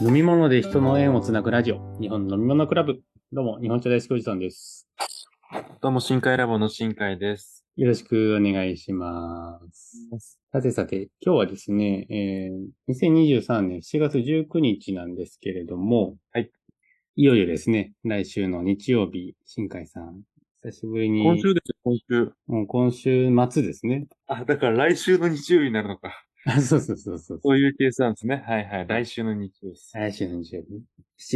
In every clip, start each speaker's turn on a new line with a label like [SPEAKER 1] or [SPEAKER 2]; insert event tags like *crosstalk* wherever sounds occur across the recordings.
[SPEAKER 1] 飲み物で人の縁をつなぐラジオ、日本飲み物クラブ。どうも、日本茶大好きおじさんです。
[SPEAKER 2] どうも、深海ラボの深海です。
[SPEAKER 1] よろしくお願いします。さてさて、今日はですね、えー、2023年7月19日なんですけれども、
[SPEAKER 2] はい。
[SPEAKER 1] いよいよですね、来週の日曜日、新海さん、久しぶりに、
[SPEAKER 2] 今週ですよ、今週。
[SPEAKER 1] もう今週末ですね。 *laughs*
[SPEAKER 2] あ、だから来週の日曜日になるのか。
[SPEAKER 1] あそうそうそうそう。
[SPEAKER 2] そういうケースなんですね。はいはい。来週の日曜日です。
[SPEAKER 1] 来週の日曜日。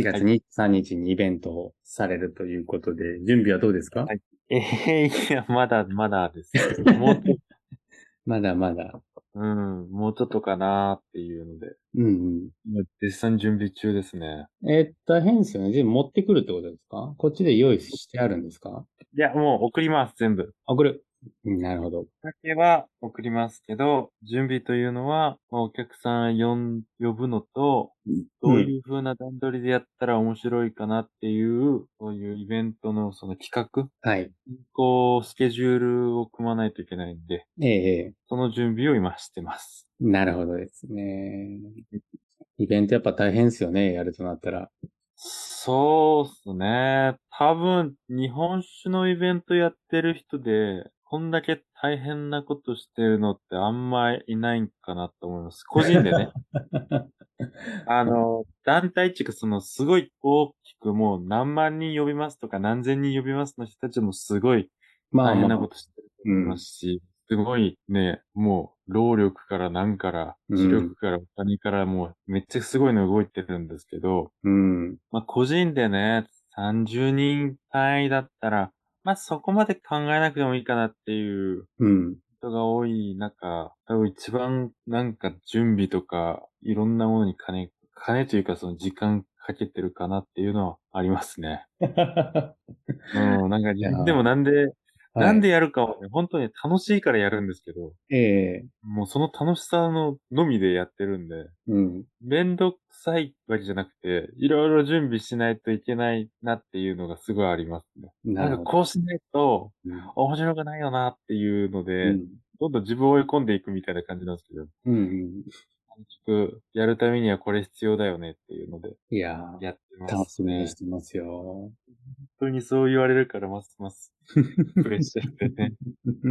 [SPEAKER 1] 7月23日にイベントをされるということで、準備はどうですか、
[SPEAKER 2] はいええいや、まだまだです *laughs* けど。もうちょっ
[SPEAKER 1] まだまだ。
[SPEAKER 2] と、うん、もうちょっとかなーっていうので。
[SPEAKER 1] うんうん。
[SPEAKER 2] 今絶賛準備中ですね。
[SPEAKER 1] えー大変ですよね。全部持ってくるってことですかこっちで用意してあるんですか
[SPEAKER 2] いや、もう送ります、全部。
[SPEAKER 1] あ、これ。うんなるほど。
[SPEAKER 2] だけは送りますけど、準備というのは、まあ、お客さん呼ん呼ぶのと、どういう風な段取りでやったら面白いかなっていう、そういうイベントのその企画、
[SPEAKER 1] はい。
[SPEAKER 2] こう、スケジュールを組まないといけないんで、
[SPEAKER 1] ええ
[SPEAKER 2] その準備を今してます。
[SPEAKER 1] なるほどですね。イベントやっぱ大変ですよね。やるとなったら。
[SPEAKER 2] そうっすね。多分、日本酒のイベントやってる人で、こんだけ大変なことしてるのってあんまいないんかなと思います。個人でね。 *laughs* あの、団体地区、その、すごい大きく、もう何万人呼びますとか何千人呼びますの人たちもすごい
[SPEAKER 1] まあ
[SPEAKER 2] 大変
[SPEAKER 1] ま
[SPEAKER 2] な
[SPEAKER 1] あ
[SPEAKER 2] こ。としてると思いますし、すごいね、もう、労力から何から、
[SPEAKER 1] うん
[SPEAKER 2] 視力からお金からもう、めっちゃすごいの動いてるんですけど、
[SPEAKER 1] うん。
[SPEAKER 2] まあ、個人でね、30人単位だったら、まあ、そこまで考えなくてもいいかなっていう *laughs*
[SPEAKER 1] うん。
[SPEAKER 2] 人が多い中、多分一番なんか準備とか、いろんなものに金、金というかその時間かけてるかなっていうのはありますね。うん、なんか自分でもなんで、なんでやるかはね、本当に楽しいからやるんですけど、
[SPEAKER 1] ええ
[SPEAKER 2] もうその楽しさののみでやってるんで、
[SPEAKER 1] うん。
[SPEAKER 2] めんどくさいわけじゃなくて、いろいろ準備しないといけないなっていうのがすごいありますね。
[SPEAKER 1] な
[SPEAKER 2] なん
[SPEAKER 1] る
[SPEAKER 2] か
[SPEAKER 1] ほ
[SPEAKER 2] こうしないと
[SPEAKER 1] ど。
[SPEAKER 2] 面白くないよなっていうの
[SPEAKER 1] う
[SPEAKER 2] で、
[SPEAKER 1] ん。
[SPEAKER 2] どんどん自分を追い込んでいくみたいな感じなんですけど、
[SPEAKER 1] うんうん。
[SPEAKER 2] 結局やるためにはこれ必要だよねっていうので、
[SPEAKER 1] いやー
[SPEAKER 2] やってます、ね。
[SPEAKER 1] 楽しみにしてますよ。 *laughs*
[SPEAKER 2] 本当にそう言われるからますますプレッシャーでね。
[SPEAKER 1] *laughs* じ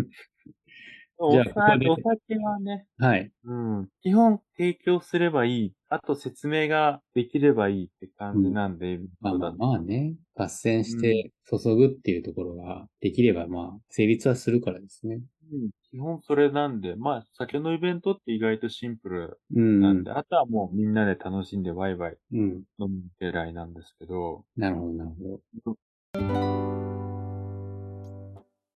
[SPEAKER 1] ゃ
[SPEAKER 2] お
[SPEAKER 1] あ
[SPEAKER 2] 酒
[SPEAKER 1] ここで
[SPEAKER 2] お酒はね、
[SPEAKER 1] はい。
[SPEAKER 2] うん。基本提供すればいい。あと説明ができればいいって感じなんで、
[SPEAKER 1] まあ
[SPEAKER 2] そう
[SPEAKER 1] ま
[SPEAKER 2] だ
[SPEAKER 1] あまあね。抜栓して注ぐっていうところができれば、まあ、成立はするからですね。
[SPEAKER 2] うん基本それなんで、まあ、酒のイベントって意外とシンプル
[SPEAKER 1] うん。
[SPEAKER 2] なんで、あとはもうみんなで楽しんでワイワイ
[SPEAKER 1] うん。
[SPEAKER 2] 飲むぐらいなんですけど、
[SPEAKER 1] なるほど、なるほど。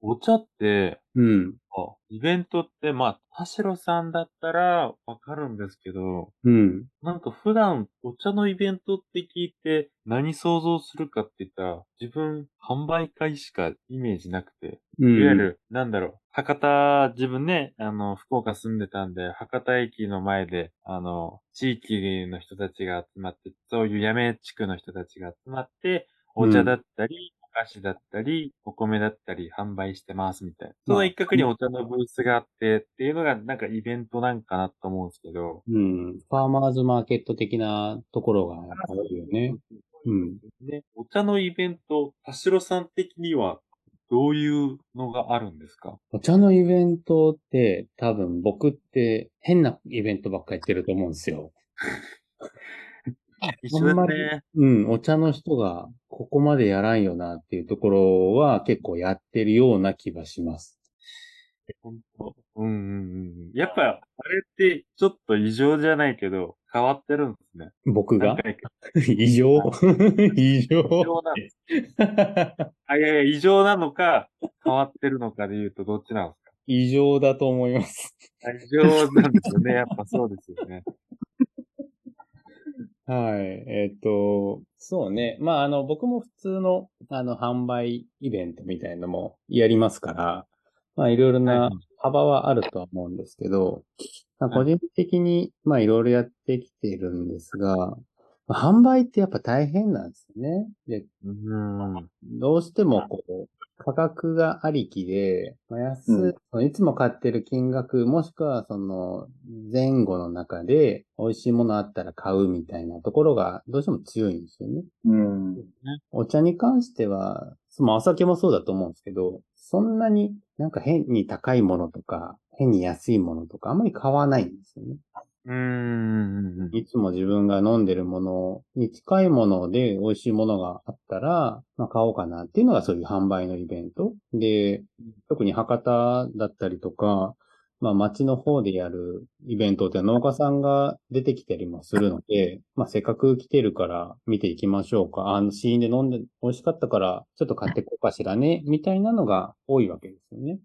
[SPEAKER 2] お茶って、
[SPEAKER 1] うん。
[SPEAKER 2] あイベントって、まあ、田代さんだったらわかるんですけど、
[SPEAKER 1] うん。
[SPEAKER 2] なんか普段お茶のイベントって聞いて何想像するかって言ったら、自分販売会しかイメージなくて、
[SPEAKER 1] うん。
[SPEAKER 2] いわゆる、なんだろう、博多、自分ね、あの、福岡住んでたんで、博多駅の前で、あの、地域の人たちが集まって、そういう八女地区の人たちが集まって、お
[SPEAKER 1] う
[SPEAKER 2] 茶
[SPEAKER 1] ん
[SPEAKER 2] だったり、お菓子だったり、お米だったり、販売してます、みたいな。
[SPEAKER 1] まあ
[SPEAKER 2] その一角にお茶のブースがあって、っていうのが、なんかイベントなんかなと思うんですけど、
[SPEAKER 1] うん。ファーマーズマーケット的なところがあるよね。うん。
[SPEAKER 2] ね、お茶のイベント、田代さん的には、どういうのがあるんですか
[SPEAKER 1] お茶のイベントって、多分僕って変なイベントばっかりやってると思うんですよ。
[SPEAKER 2] 一緒で
[SPEAKER 1] あんますり
[SPEAKER 2] ね。
[SPEAKER 1] うん、お茶の人がここまでやらんよなっていうところは結構やってるような気がします。
[SPEAKER 2] 本当。うんうんうん。やっぱ、あれって、ちょっと異常じゃないけど、変わってるんですね。
[SPEAKER 1] 僕
[SPEAKER 2] な
[SPEAKER 1] が
[SPEAKER 2] んか
[SPEAKER 1] *laughs* 異常 *laughs* 異
[SPEAKER 2] 異
[SPEAKER 1] 常
[SPEAKER 2] 常なの。あ、いやいや、異常なのか、変わってるのかで言うと、どっちなんですか
[SPEAKER 1] 異常だと思います。
[SPEAKER 2] あ異常なんですよね。 *laughs* やっぱそうですよね。
[SPEAKER 1] はい。えっ、と、そうね。まあ、あの、僕も普通の、あの、販売イベントみたいのもやりますから、まあ、いろいろ
[SPEAKER 2] は
[SPEAKER 1] ない幅はあるとは思うんですけど、まあ
[SPEAKER 2] は
[SPEAKER 1] 個
[SPEAKER 2] い
[SPEAKER 1] 人的に、まあ、いろいろやってきているんですが、まあ販売ってやっぱ大変なんですよね。で、
[SPEAKER 2] うーん。
[SPEAKER 1] どうしてもこう、価格がありきで、まあ安、いつも買ってる金額、もしくはその前後の中で美味しいものあったら買うみたいなところがどうしても強いんですよね。
[SPEAKER 3] うん。
[SPEAKER 1] お茶に関しては、まあお酒もそうだと思うんですけど、そんなになんか変に高いものとか、変に安いものとか、あんまり買わないんですよね。
[SPEAKER 2] うーん。
[SPEAKER 1] いつも自分が飲んでるものに近いもので美味しいものがあったら、まあ、買おうかなっていうのがそういう販売のイベント。で、特に博多だったりとか、まあ街の方でやるイベントって農家さんが出てきたりもするので、まあせっかく来てるから見ていきましょうか。あのシーンで飲んで美味しかったからちょっと買ってこうかしらね、みたいなのが多いわけですよね。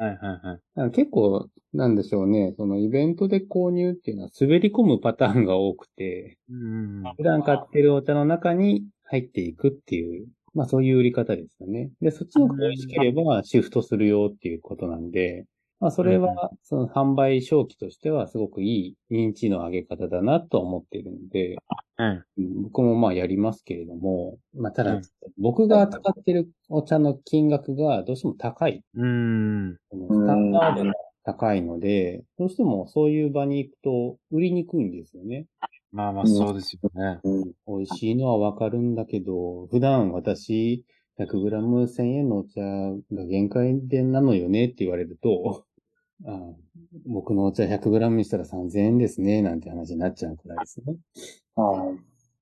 [SPEAKER 2] はいはいはい。
[SPEAKER 1] だから結構、なんでしょうね、そのイベントで購入っていうのは滑り込むパターンが多くて、
[SPEAKER 2] うーん。
[SPEAKER 1] 普段買ってるお茶の中に入っていくっていう、まあそういう売り方ですよね。で、そっちの方が美味しければシフトするよっていうことなんで、まあそれは、その販売商機としてはすごくいい認知の上げ方だなと思っているので、
[SPEAKER 2] はい。
[SPEAKER 1] うん僕もまあやりますけれども、まあた
[SPEAKER 2] う
[SPEAKER 1] だ
[SPEAKER 2] ん、
[SPEAKER 1] 僕が使ってるお茶の金額がどうしても高いう
[SPEAKER 2] ーん。
[SPEAKER 1] そのスタンダードが高いので、どうしてもそういう場に行くと売りにくいんですよね。
[SPEAKER 2] まあまあ、そうですよね。
[SPEAKER 1] 美味しいのはわかるんだけど、普段私、100g1000 円のお茶が限界でなのよねって言われると、あ僕のお茶 100g にしたら3000円ですね、なんて話になっちゃうくらいですね。
[SPEAKER 3] は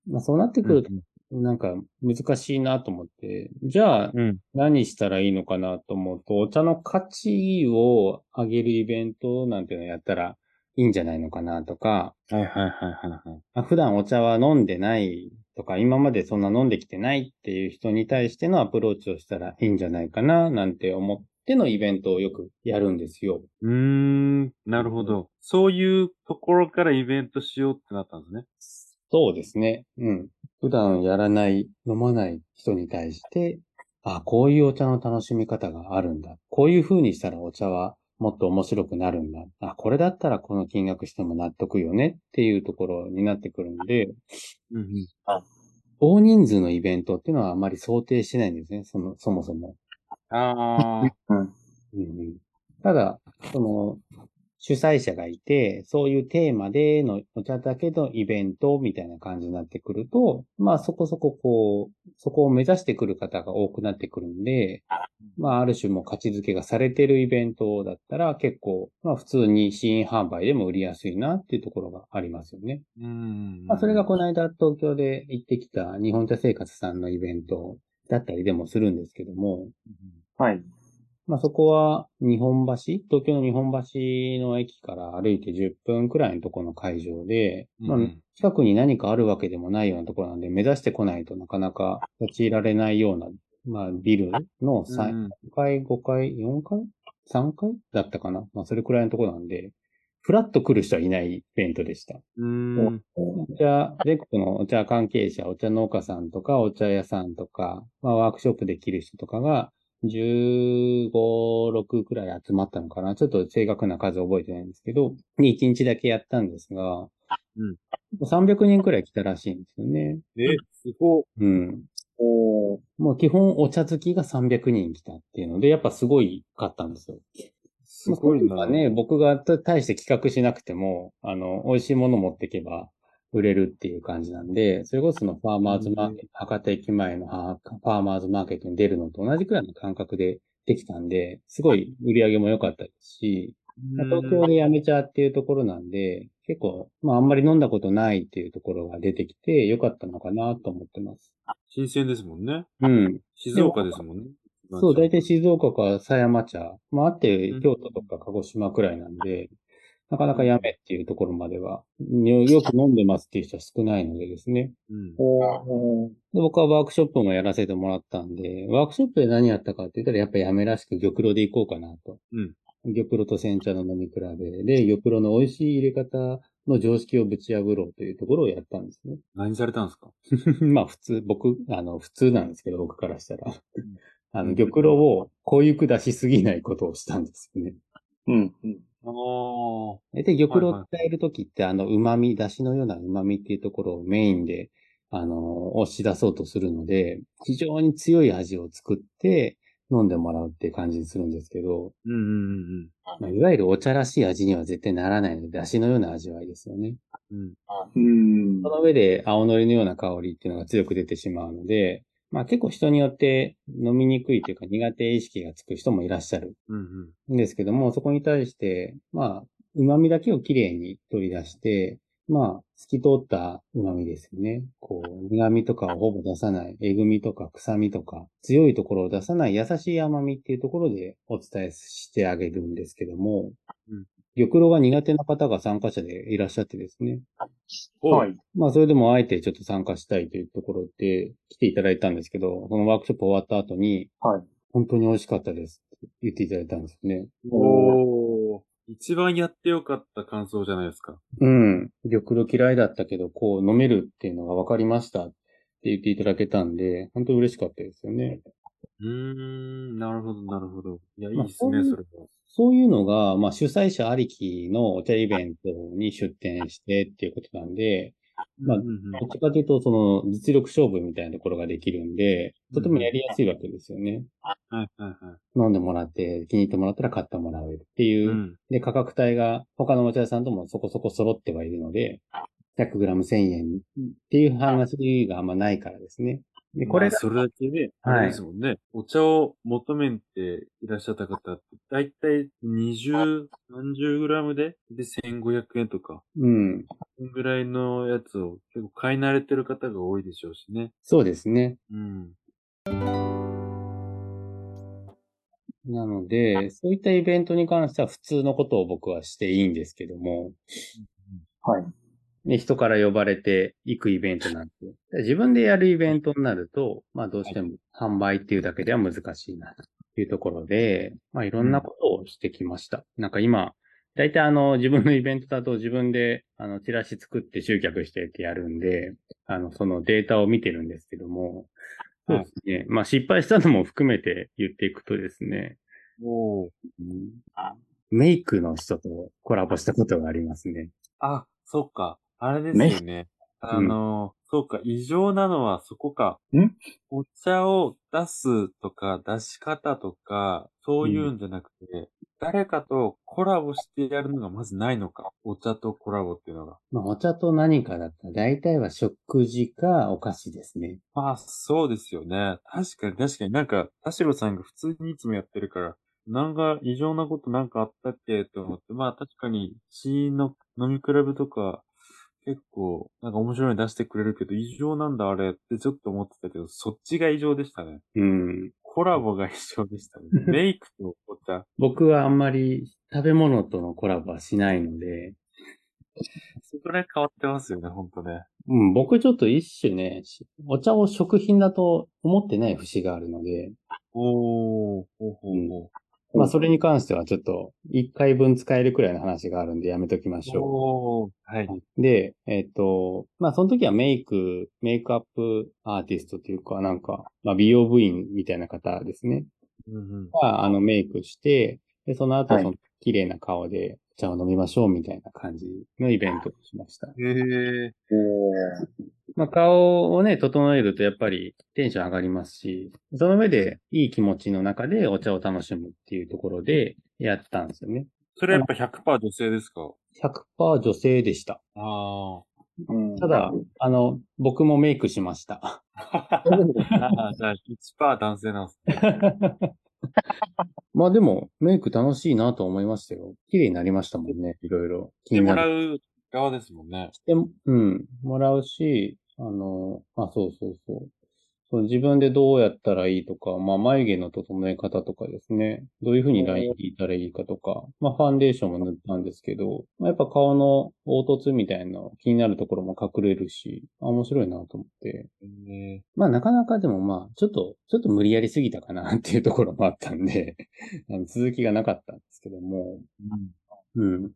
[SPEAKER 1] まあそうなってくると、なんか難しいなと思って、じゃあ
[SPEAKER 2] うん。
[SPEAKER 1] 何したらいいのかなと思うと、お茶の価値を上げるイベントなんていうのやったらいいんじゃないのかなとか、
[SPEAKER 2] はいはいはいはいはい。
[SPEAKER 1] あ普段お茶は飲んでないとか、今までそんな飲んできてないっていう人に対してのアプローチをしたらいいんじゃないかななんて思ってのイベントをよくやるんですよ。
[SPEAKER 2] うーん。なるほど。そういうところからイベントしようってなったんですね。
[SPEAKER 1] そうですね。うん。普段やらない、飲まない人に対して、あ、こういうお茶の楽しみ方があるんだ。こういう風にしたらお茶はもっと面白くなるんだ。あ、これだったらこの金額しても納得よねっていうところになってくるんで、
[SPEAKER 2] うんうん。
[SPEAKER 1] 大人数のイベントっていうのはあまり想定してないんですね。その、そもそも。
[SPEAKER 2] あ
[SPEAKER 1] *laughs*
[SPEAKER 2] あ。
[SPEAKER 3] い。うん。
[SPEAKER 1] うんうんただ、その、主催者がいて、そういうテーマでのお茶だけのイベントみたいな感じになってくると、まあそこそここう、そこを目指してくる方が多くなってくるんで、まあある種もう価値づけがされてるイベントだったら結構、まあ普通に試飲販売でも売りやすいなっていうところがありますよね。
[SPEAKER 2] うーん。
[SPEAKER 1] まあ、それがこの間東京で行ってきた日本茶生活さんのイベントだったりでもするんですけども、
[SPEAKER 3] はい。
[SPEAKER 1] まあ、そこは日本橋、東京の日本橋の駅から歩いて10分くらいのところの会場で、
[SPEAKER 2] うん
[SPEAKER 1] まあ、近くに何かあるわけでもないようなところなんで、目指してこないとなかなか立ち入られないような、まあ、ビルの
[SPEAKER 2] う
[SPEAKER 1] 3
[SPEAKER 2] ん。
[SPEAKER 1] 階、5階、4階 ?3 階だったかなまあ、それくらいのところなんで、フラッと来る人はいないイベントでした。
[SPEAKER 2] うん。うん
[SPEAKER 1] お茶、全国のお茶関係者、お茶農家さんとか、お茶屋さんとか、まあ、ワークショップできる人とかが、15、6くらい集まったのかなちょっと正確な数覚えてないんですけど、に1日だけやったんですが、
[SPEAKER 2] うん
[SPEAKER 1] 300人くらい来たらしいんですよね。
[SPEAKER 2] え、すごい。
[SPEAKER 1] うん。
[SPEAKER 3] おー
[SPEAKER 1] もう基本お茶好きが300人来たっていうので、やっぱすごいかったんですよ。
[SPEAKER 2] すごい
[SPEAKER 1] まあ
[SPEAKER 2] な。
[SPEAKER 1] ね、僕がた大して企画しなくても、あの、美味しいもの持っていけば売れるっていう感じなんで、それこそそのファーマーズマーケット、博多駅前のはファーマーズマーケットに出るのと同じくらいの感覚でできたんで、すごい売り上げも良かったですし、まあ東京でやめちゃっていうところなんで、結構、まああんまり飲んだことないっていうところが出てきて良かったのかなと思ってます。
[SPEAKER 2] 新鮮ですもんね。
[SPEAKER 1] うん。
[SPEAKER 2] 静岡ですもんね。
[SPEAKER 1] そう、大
[SPEAKER 2] 体。
[SPEAKER 1] 体静岡か狭山茶。まあ、あって京都とか鹿児島くらいなんで、なかなかやめっていうところまでは、よよく飲んでますっていう人は少ないのでですね。
[SPEAKER 2] うん。
[SPEAKER 3] おー
[SPEAKER 1] で、僕はワークショップもやらせてもらったんで、ワークショップで何やったかって言ったら、やっぱやめらしく玉露で行こうかなと。
[SPEAKER 2] うん
[SPEAKER 1] 玉露と煎茶の飲み比べで、玉露の美味しい入れ方の常識をぶち破ろうというところをやったんですね。
[SPEAKER 2] 何されたんですか
[SPEAKER 1] *laughs* まあ普通、僕、あの、普通なんですけど、僕からしたら。 *laughs* あ
[SPEAKER 2] う
[SPEAKER 1] の、
[SPEAKER 2] ん
[SPEAKER 1] 玉露を、こういうく出しすぎないことをしたんですよね。
[SPEAKER 3] うん。うん。
[SPEAKER 2] ああ。
[SPEAKER 1] 大体玉露を伝えるときって、あの、旨味、出汁のような旨味っていうところをメインで、あの、押し出そうとするので、非常に強い味を作って、飲んでもらうっていう感じにするんですけど、
[SPEAKER 2] うんうんうん
[SPEAKER 1] まあ、いわゆるお茶らしい味には絶対ならないので、出汁のような味わいですよね。
[SPEAKER 2] うん。うん。
[SPEAKER 3] うん
[SPEAKER 1] その上で青のりのような香りっていうのが強く出てしまうので、まあ結構人によって飲みにくいというか苦手意識がつく人もいらっしゃる
[SPEAKER 2] うんうん。
[SPEAKER 1] んですけども、そこに対して、まあ、旨味だけをきれいに取り出して、まあ、透き通った旨味ですよね。こう、苦味とかをほぼ出さない、えぐみとか臭みとか、強いところを出さない優しい甘みっていうところでお伝えしてあげるんですけども
[SPEAKER 2] うん、
[SPEAKER 1] 玉露が苦手な方が参加者でいらっしゃってですね。
[SPEAKER 3] はい。
[SPEAKER 1] まあ、それでもあえてちょっと参加したいというところで来ていただいたんですけど、このワークショップ終わった後に、
[SPEAKER 3] はい。
[SPEAKER 1] 本当に美味しかったですって言っていただいたんですよね。
[SPEAKER 3] おー
[SPEAKER 2] おー。一番やってよかった感想じゃないですか。
[SPEAKER 1] うん。玉露嫌いだったけど、こう飲めるっていうのが分かりましたって言っていただけたんで、本当に嬉しかったですよね。
[SPEAKER 2] うーん、なるほど、なるほど。いや、いい
[SPEAKER 1] まあ
[SPEAKER 2] ですね、
[SPEAKER 1] そういう
[SPEAKER 2] それも。
[SPEAKER 1] そういうのが、まあ主催者ありきのお茶イベントに出展してっていうことなんで、まあ
[SPEAKER 2] うんうん
[SPEAKER 1] どっちかというとその実力勝負みたいなところができるんで、とてもやりやすいわけですよね。
[SPEAKER 2] はいはいは
[SPEAKER 1] 飲んでもらって、気に入ってもらったら買ってもらうって
[SPEAKER 2] い。
[SPEAKER 1] いうう、
[SPEAKER 2] ん。
[SPEAKER 1] で、価格帯が他のお茶屋さんともそこそこ揃ってはいるので、100g1000 円っていう話があんまないからですね。で、これ
[SPEAKER 2] まあ
[SPEAKER 1] が、
[SPEAKER 2] それだけで、
[SPEAKER 1] はい
[SPEAKER 2] あれですもんね。お茶を求めていらっしゃった方って、だいたい20、30グラムで、で、1500円とか、
[SPEAKER 1] うん、
[SPEAKER 2] そんぐらいのやつを結構買い慣れてる方が多いでしょうしね。
[SPEAKER 1] そうですね。
[SPEAKER 2] うん。
[SPEAKER 1] なので、そういったイベントに関しては普通のことを僕はしていいんですけども、
[SPEAKER 3] はい。
[SPEAKER 1] ね、人から呼ばれて行くイベントなんて、自分でやるイベントになると、まあどうしても販売っていうだけでは難しいなというところで、まあいろんなことをしてきました。なんか今、大体あの自分のイベントだと自分であのチラシ作って集客してってやるんで、あのそのデータを見てるんですけども、そうですね。まあ失敗したのも含めて言っていくとですね、
[SPEAKER 2] おお。
[SPEAKER 1] メイクの人とコラボしたことがありますね。
[SPEAKER 2] あ、そっか。あれですよね。あの、そうか、異常なのはそこか。
[SPEAKER 3] ん
[SPEAKER 2] お茶を出すとか、出し方とか、そういうんじゃなくて、誰かとコラボしてやるのがまずないのか。お茶とコラボっていうのが。
[SPEAKER 1] まあ、お茶と何かだったら、大体は食事かお菓子ですね。
[SPEAKER 2] まあ、そうですよね。確かに確かになんか、田代さんが普通にいつもやってるから、なんか異常なことなんかあったっけと思って、まあ確かに、死因の飲み比べとか、結構、なんか面白いの出してくれるけど、異常なんだあれってちょっと思ってたけど、そっちが異常でしたね。
[SPEAKER 1] うん。
[SPEAKER 2] コラボが異常でしたね。メイクとお茶。
[SPEAKER 1] 僕はあんまり食べ物とのコラボはしないので、
[SPEAKER 2] そこら辺変わってますよね、ほんとね。
[SPEAKER 1] うん、僕ちょっと一種ね、しお茶を食品だと思ってない節があるので、
[SPEAKER 2] おー、ほうほうほう。
[SPEAKER 1] まあそれに関してはちょっと一回分使えるくらいの話があるんでやめときましょう。
[SPEAKER 2] おー、はい。
[SPEAKER 1] で、えっ、と、まあ、その時はメイク、メイクアップアーティストというか、なんか、まあ、美容部員みたいな方ですね。
[SPEAKER 2] うんうん。
[SPEAKER 1] が、あの、メイクして、で、その後、
[SPEAKER 3] はい
[SPEAKER 1] その、綺麗な顔で、茶を飲みましょうみたいな感じのイベントをしました。
[SPEAKER 2] へー。
[SPEAKER 3] お
[SPEAKER 1] まあ、顔をね、整えるとやっぱりテンション上がりますし、その上で、いい気持ちの中でお茶を楽しむっていうところでやったんですよね。
[SPEAKER 2] それやっぱ100%女性ですか
[SPEAKER 1] 100%女性でした。
[SPEAKER 2] あ
[SPEAKER 3] ー
[SPEAKER 1] ただ、あの、僕もメイクしま *laughs* した。
[SPEAKER 2] あ。ああ、 *laughs* じゃあ1%男性なんですね。
[SPEAKER 1] *laughs* まあでも、メイク楽しいなと思いましたよ。綺麗になりましたもんね、いろいろ。気
[SPEAKER 2] し
[SPEAKER 1] に
[SPEAKER 2] ても
[SPEAKER 1] な
[SPEAKER 2] ら
[SPEAKER 1] る。
[SPEAKER 2] う側ですもんね。
[SPEAKER 1] してもうん、もらうし、あの、あ、そうそうそう。そう自分でどうやったらいいとか、まあ眉毛の整え方とかですね。どういうふうにライン引いたらいいかとか、まあファンデーションも塗ったんですけど、まあ、やっぱ顔の凹凸みたいな気になるところも隠れるし、あ面白いなと思って。
[SPEAKER 2] え
[SPEAKER 1] まあなかなかでもまあ、ちょっと、ちょっと無理やりすぎたかなっていうところもあったんで、 *laughs* あの続きがなかったんですけども、うん。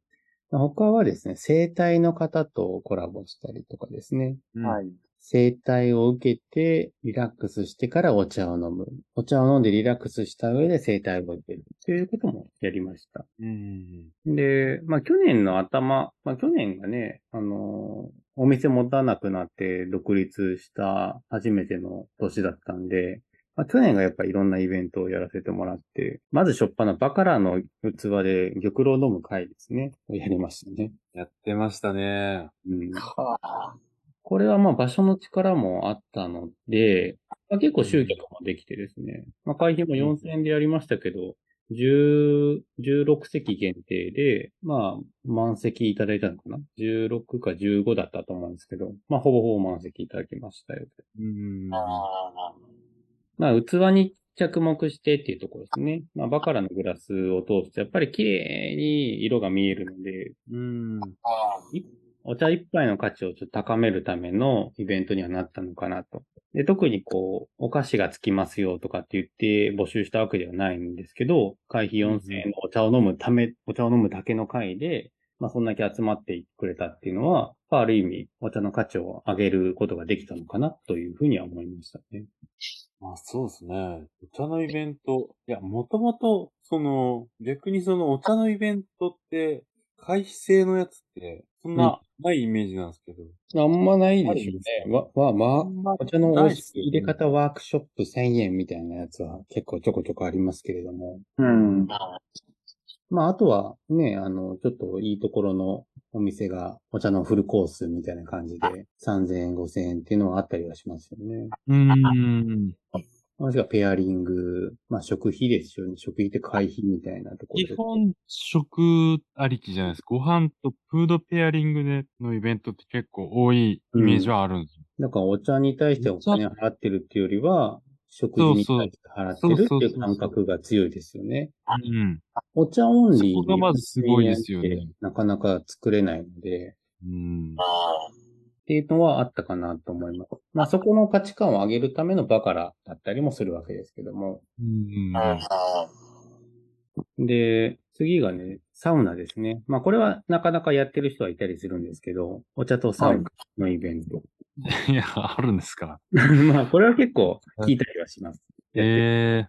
[SPEAKER 1] 他はですね、生体の方とコラボしたりとかですね。
[SPEAKER 2] うん
[SPEAKER 3] はい。
[SPEAKER 1] 生体を受けて、リラックスしてからお茶を飲む。お茶を飲んでリラックスした上で生体を受ける。ということもやりました。
[SPEAKER 2] うん。
[SPEAKER 1] で、まあ去年の頭、まあ去年がね、あのーお店持たなくなって独立した初めての年だったんで、ままあ、去年がやっぱいろんなイベントをやらせてもらって、まずしょっぱなバカラの器で玉露を飲む会ですね。をやりましたね。
[SPEAKER 2] やってましたね。
[SPEAKER 1] うん。
[SPEAKER 3] はあ。
[SPEAKER 1] これはまあ場所の力もあったので、まあ、結構集客もできてですね。まあ、会費も4000円でやりましたけど、10 16席限定で、まあ、満席いただいたのかな ?16 か15だったと思うんですけど、まあ、ほぼほぼ満席いただきましたよ。
[SPEAKER 2] うん。
[SPEAKER 3] あ
[SPEAKER 1] まあ、器に着目してっていうところですね。まあ、バカラのグラスを通すと、やっぱり綺麗に色が見えるので、
[SPEAKER 2] うん。
[SPEAKER 3] あ。あ
[SPEAKER 1] お茶一杯の価値をちょっと高めるためのイベントにはなったのかなと。で、特にこう、お菓子がつきますよとかって言って募集したわけではないんですけど、会費4000円のお茶を飲むため、お茶を飲むだけの会で、まあ、そんだけ集まってくれたっていうのは、まあある意味、お茶の価値を上げることができたのかなというふうには思いましたね。
[SPEAKER 2] まあそうですね。お茶のイベント。いや、もともと、その、逆にそのお茶のイベントって、会費制のやつって、そんなないイメージなんですけど。
[SPEAKER 1] あんまない
[SPEAKER 2] でしょうね
[SPEAKER 1] わ、わ、わ、
[SPEAKER 2] ま
[SPEAKER 1] お茶の
[SPEAKER 2] ない
[SPEAKER 1] お
[SPEAKER 2] っすよね
[SPEAKER 1] 入れ方ワークショップ1000円みたいなやつは結構ちょこちょこありますけれども。
[SPEAKER 3] うん。
[SPEAKER 1] まあ、あとはね、あの、ちょっといいところのお店がお茶のフルコースみたいな感じで3000円、5000円っていうのはあったりはしますよね。
[SPEAKER 2] うん。
[SPEAKER 1] もしくはペアリング、まあ食費ですよね。食費って会費みたいなところで
[SPEAKER 2] 基。本、食ありきじゃないですか。ご飯とフードペアリングでのイベントって結構多いイメージはあるんですよ。
[SPEAKER 1] だからお茶に対してお金払ってるっていうよりは、食事に対して払ってるっていう感覚が強いですよね。
[SPEAKER 2] うん。
[SPEAKER 1] お茶オンリー
[SPEAKER 2] そこがまずすごいですよね
[SPEAKER 1] 1000円ってなかなか作れないので、
[SPEAKER 2] う
[SPEAKER 1] っ
[SPEAKER 2] ん。
[SPEAKER 1] ていうのはあったかなと思います。まあそこの価値観を上げるためのバカラだったりもするわけですけども。
[SPEAKER 2] うん。
[SPEAKER 1] で、次がね、サウナですね。まあこれはなかなかやってる人はいたりするんですけど、お茶とサウナのイベント。
[SPEAKER 2] *laughs* いや、あるんですか。
[SPEAKER 1] *laughs* まあこれは結構聞いたりはします。
[SPEAKER 2] ええ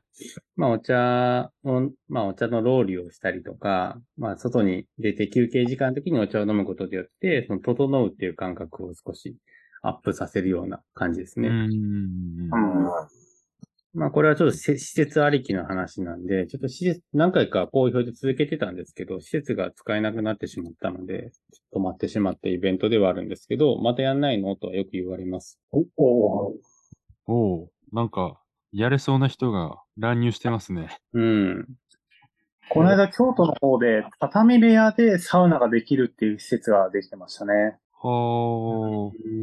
[SPEAKER 1] まあお茶を、まあお茶のローリュをしたりとか、まあ外に出て休憩時間の時にお茶を飲むことによって、その整うっていう感覚を少しアップさせるような感じですね。
[SPEAKER 2] うん。
[SPEAKER 1] まあこれはちょっとせ施設ありきの話なんで、ちょっと施設、何回か好評で続けてたんですけど、施設が使えなくなってしまったので、止まってしまったイベントではあるんですけど、またやんないのとはよく言われます。
[SPEAKER 3] お
[SPEAKER 2] おお、なんか、やれそうな人が乱入してますね。
[SPEAKER 1] うん。
[SPEAKER 3] この間、京都の方で、畳部屋でサウナができるっていう施設ができてましたね。
[SPEAKER 2] はあ。
[SPEAKER 3] そ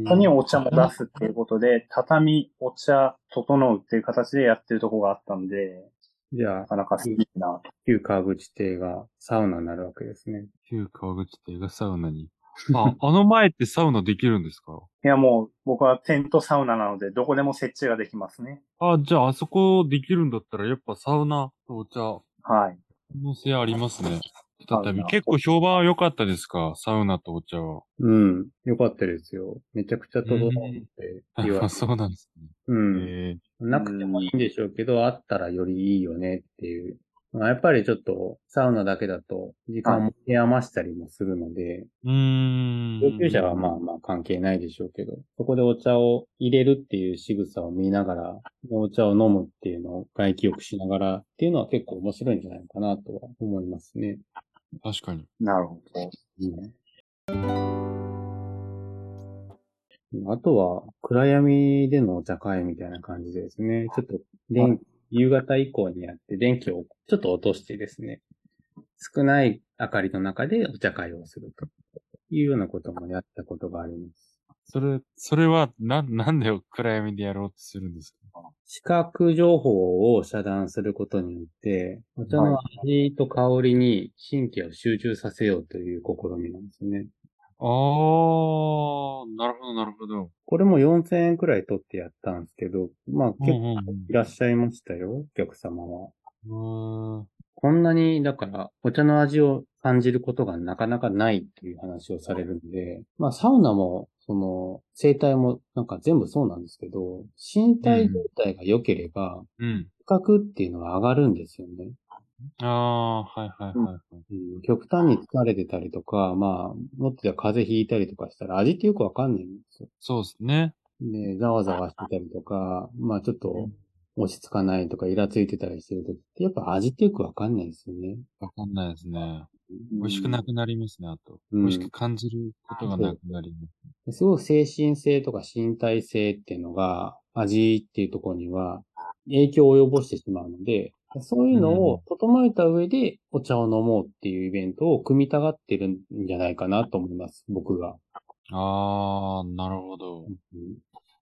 [SPEAKER 3] こにお茶も出すっていうことで、畳、お茶、整うっていう形でやってるとこがあったんで、
[SPEAKER 1] じゃ
[SPEAKER 3] な
[SPEAKER 1] あ、
[SPEAKER 3] かなか好きなと。
[SPEAKER 1] 旧川口邸がサウナになるわけですね。
[SPEAKER 2] 旧川口って映画サウナに。
[SPEAKER 1] *laughs*
[SPEAKER 2] あ、あの前ってサウナできるんですか
[SPEAKER 3] いや、もう、僕はテントサウナなので、どこでも設置ができますね。
[SPEAKER 2] あ、じゃああそこできるんだったらやっぱサウナとお茶、
[SPEAKER 3] はい。
[SPEAKER 2] 可能性ありますね。
[SPEAKER 3] サウナ
[SPEAKER 2] 再び結構評判は良かったですかサウナとお茶は。
[SPEAKER 1] うん。よかったですよ。めちゃくちゃ整うって言われて。
[SPEAKER 2] *laughs* そうなんですね。
[SPEAKER 1] うん。
[SPEAKER 2] え
[SPEAKER 1] なくてもいいんでしょうけど、あったらよりいいよねっていう。まあやっぱりちょっと、サウナだけだと、時間も持て余したりもするので、
[SPEAKER 2] えうーん。
[SPEAKER 1] 上級者はまあまあ関係ないでしょうけど、そこでお茶を入れるっていう仕草を見ながら、お茶を飲むっていうのを外気浴しながらっていうのは結構面白いんじゃないかなとは思いますね。
[SPEAKER 2] 確かに。
[SPEAKER 3] なるほど。
[SPEAKER 1] あとは、暗闇でのお茶会みたいな感じですね。ちょっと、電夕方以降にやって、電気をちょっと落としてですね、少ない明かりの中でお茶会をするというようなこともやったことがあります。
[SPEAKER 2] それ、それは、な、なんで暗闇でやろうとするんですか
[SPEAKER 1] 視覚情報を遮断することによって、お茶の味と香りに神経を集中させようという試みなんですね。
[SPEAKER 2] あー、なるほど、なるほど。
[SPEAKER 1] これも4000円くらい取ってやったんですけど、まあ結
[SPEAKER 2] うん
[SPEAKER 1] 構
[SPEAKER 2] うんうん
[SPEAKER 1] いらっしゃいましたよ、お客様は。
[SPEAKER 2] うーん
[SPEAKER 1] こんなに、だから、お茶の味を感じることがなかなかないっていう話をされるんで、まあ、サウナも、その、生態も、なんか全部そうなんですけど、身体状態が良ければ、
[SPEAKER 2] うん。
[SPEAKER 1] 価格っていうのは上がるんですよね。
[SPEAKER 2] ああー、はいはいはい、はい
[SPEAKER 1] うん極端に疲れてたりとか、まあ、もっと言えば風邪ひいたりとかしたら味ってよくわかんないんですよ。
[SPEAKER 2] そうですね。
[SPEAKER 1] で、ざわざわしてたりとか、まあちょっと、落ち着かないとか、イラついてたりしてるときって、やっぱ味ってよくわかんないですよね。
[SPEAKER 2] わかんないですね。
[SPEAKER 3] 美
[SPEAKER 2] 美味しくなくなりますね、あと。美味しく感じることがなくなります。
[SPEAKER 1] すごく精神性とか身体性っていうのが、味っていうところには影響を及ぼしてしまうので、そういうのを整えた上でお茶を飲もうっていうイベントを組みたがってるんじゃないかなと思います、僕が。
[SPEAKER 2] あー、なるほど。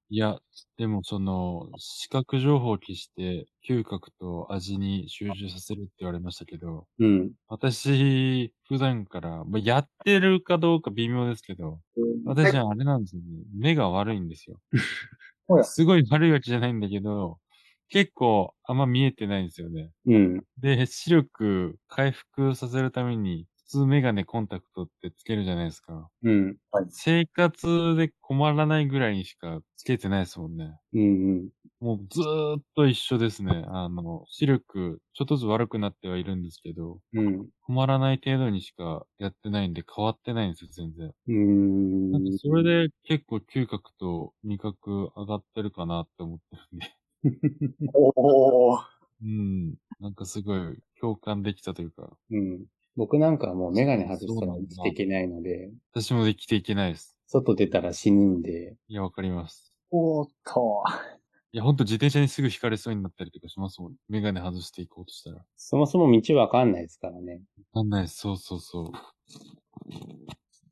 [SPEAKER 2] いや、でもその、視覚情報を消して、嗅覚と味に集中させるって言われましたけど、
[SPEAKER 1] うん。
[SPEAKER 2] 私、普段から、まあ、やってるかどうか微妙ですけど、私はあれなんですよね。目が悪いんですよ
[SPEAKER 3] ほ。ら
[SPEAKER 2] すごい悪いわけじゃないんだけど、結構あんま見えてないんですよね。
[SPEAKER 1] うん。
[SPEAKER 2] で、視力回復させるために、普通メガネコンタクトってつけるじゃないですか。
[SPEAKER 1] うん。
[SPEAKER 2] 生活で困らないぐらいにしかつけてないですもんね。
[SPEAKER 1] うん。うん。
[SPEAKER 2] もうずーっと一緒ですね。あの、視力、ちょっとずつ悪くなってはいるんですけど、
[SPEAKER 1] うん。
[SPEAKER 2] 困らない程度にしかやってないんで変わってないんですよ、全然。
[SPEAKER 1] うん。
[SPEAKER 2] なんかそれで結構嗅覚と味覚上がってるかなって思ってるんで。 *laughs*
[SPEAKER 3] おー
[SPEAKER 2] うん。なんかすごい共感できたというか、
[SPEAKER 1] うん。僕なんかはもうメガネ外したら生きていけないので、
[SPEAKER 2] 私も生きていけないです。
[SPEAKER 1] 外出たら死ぬんで、
[SPEAKER 2] いや、わかります。
[SPEAKER 3] おーっと。
[SPEAKER 2] いや、ほんと自転車にすぐ引かれそうになったりとかしますもん。メガネ外していこうとしたら。わ
[SPEAKER 1] そもそも道わかんないですからね。
[SPEAKER 2] かんないです。そうそうそう。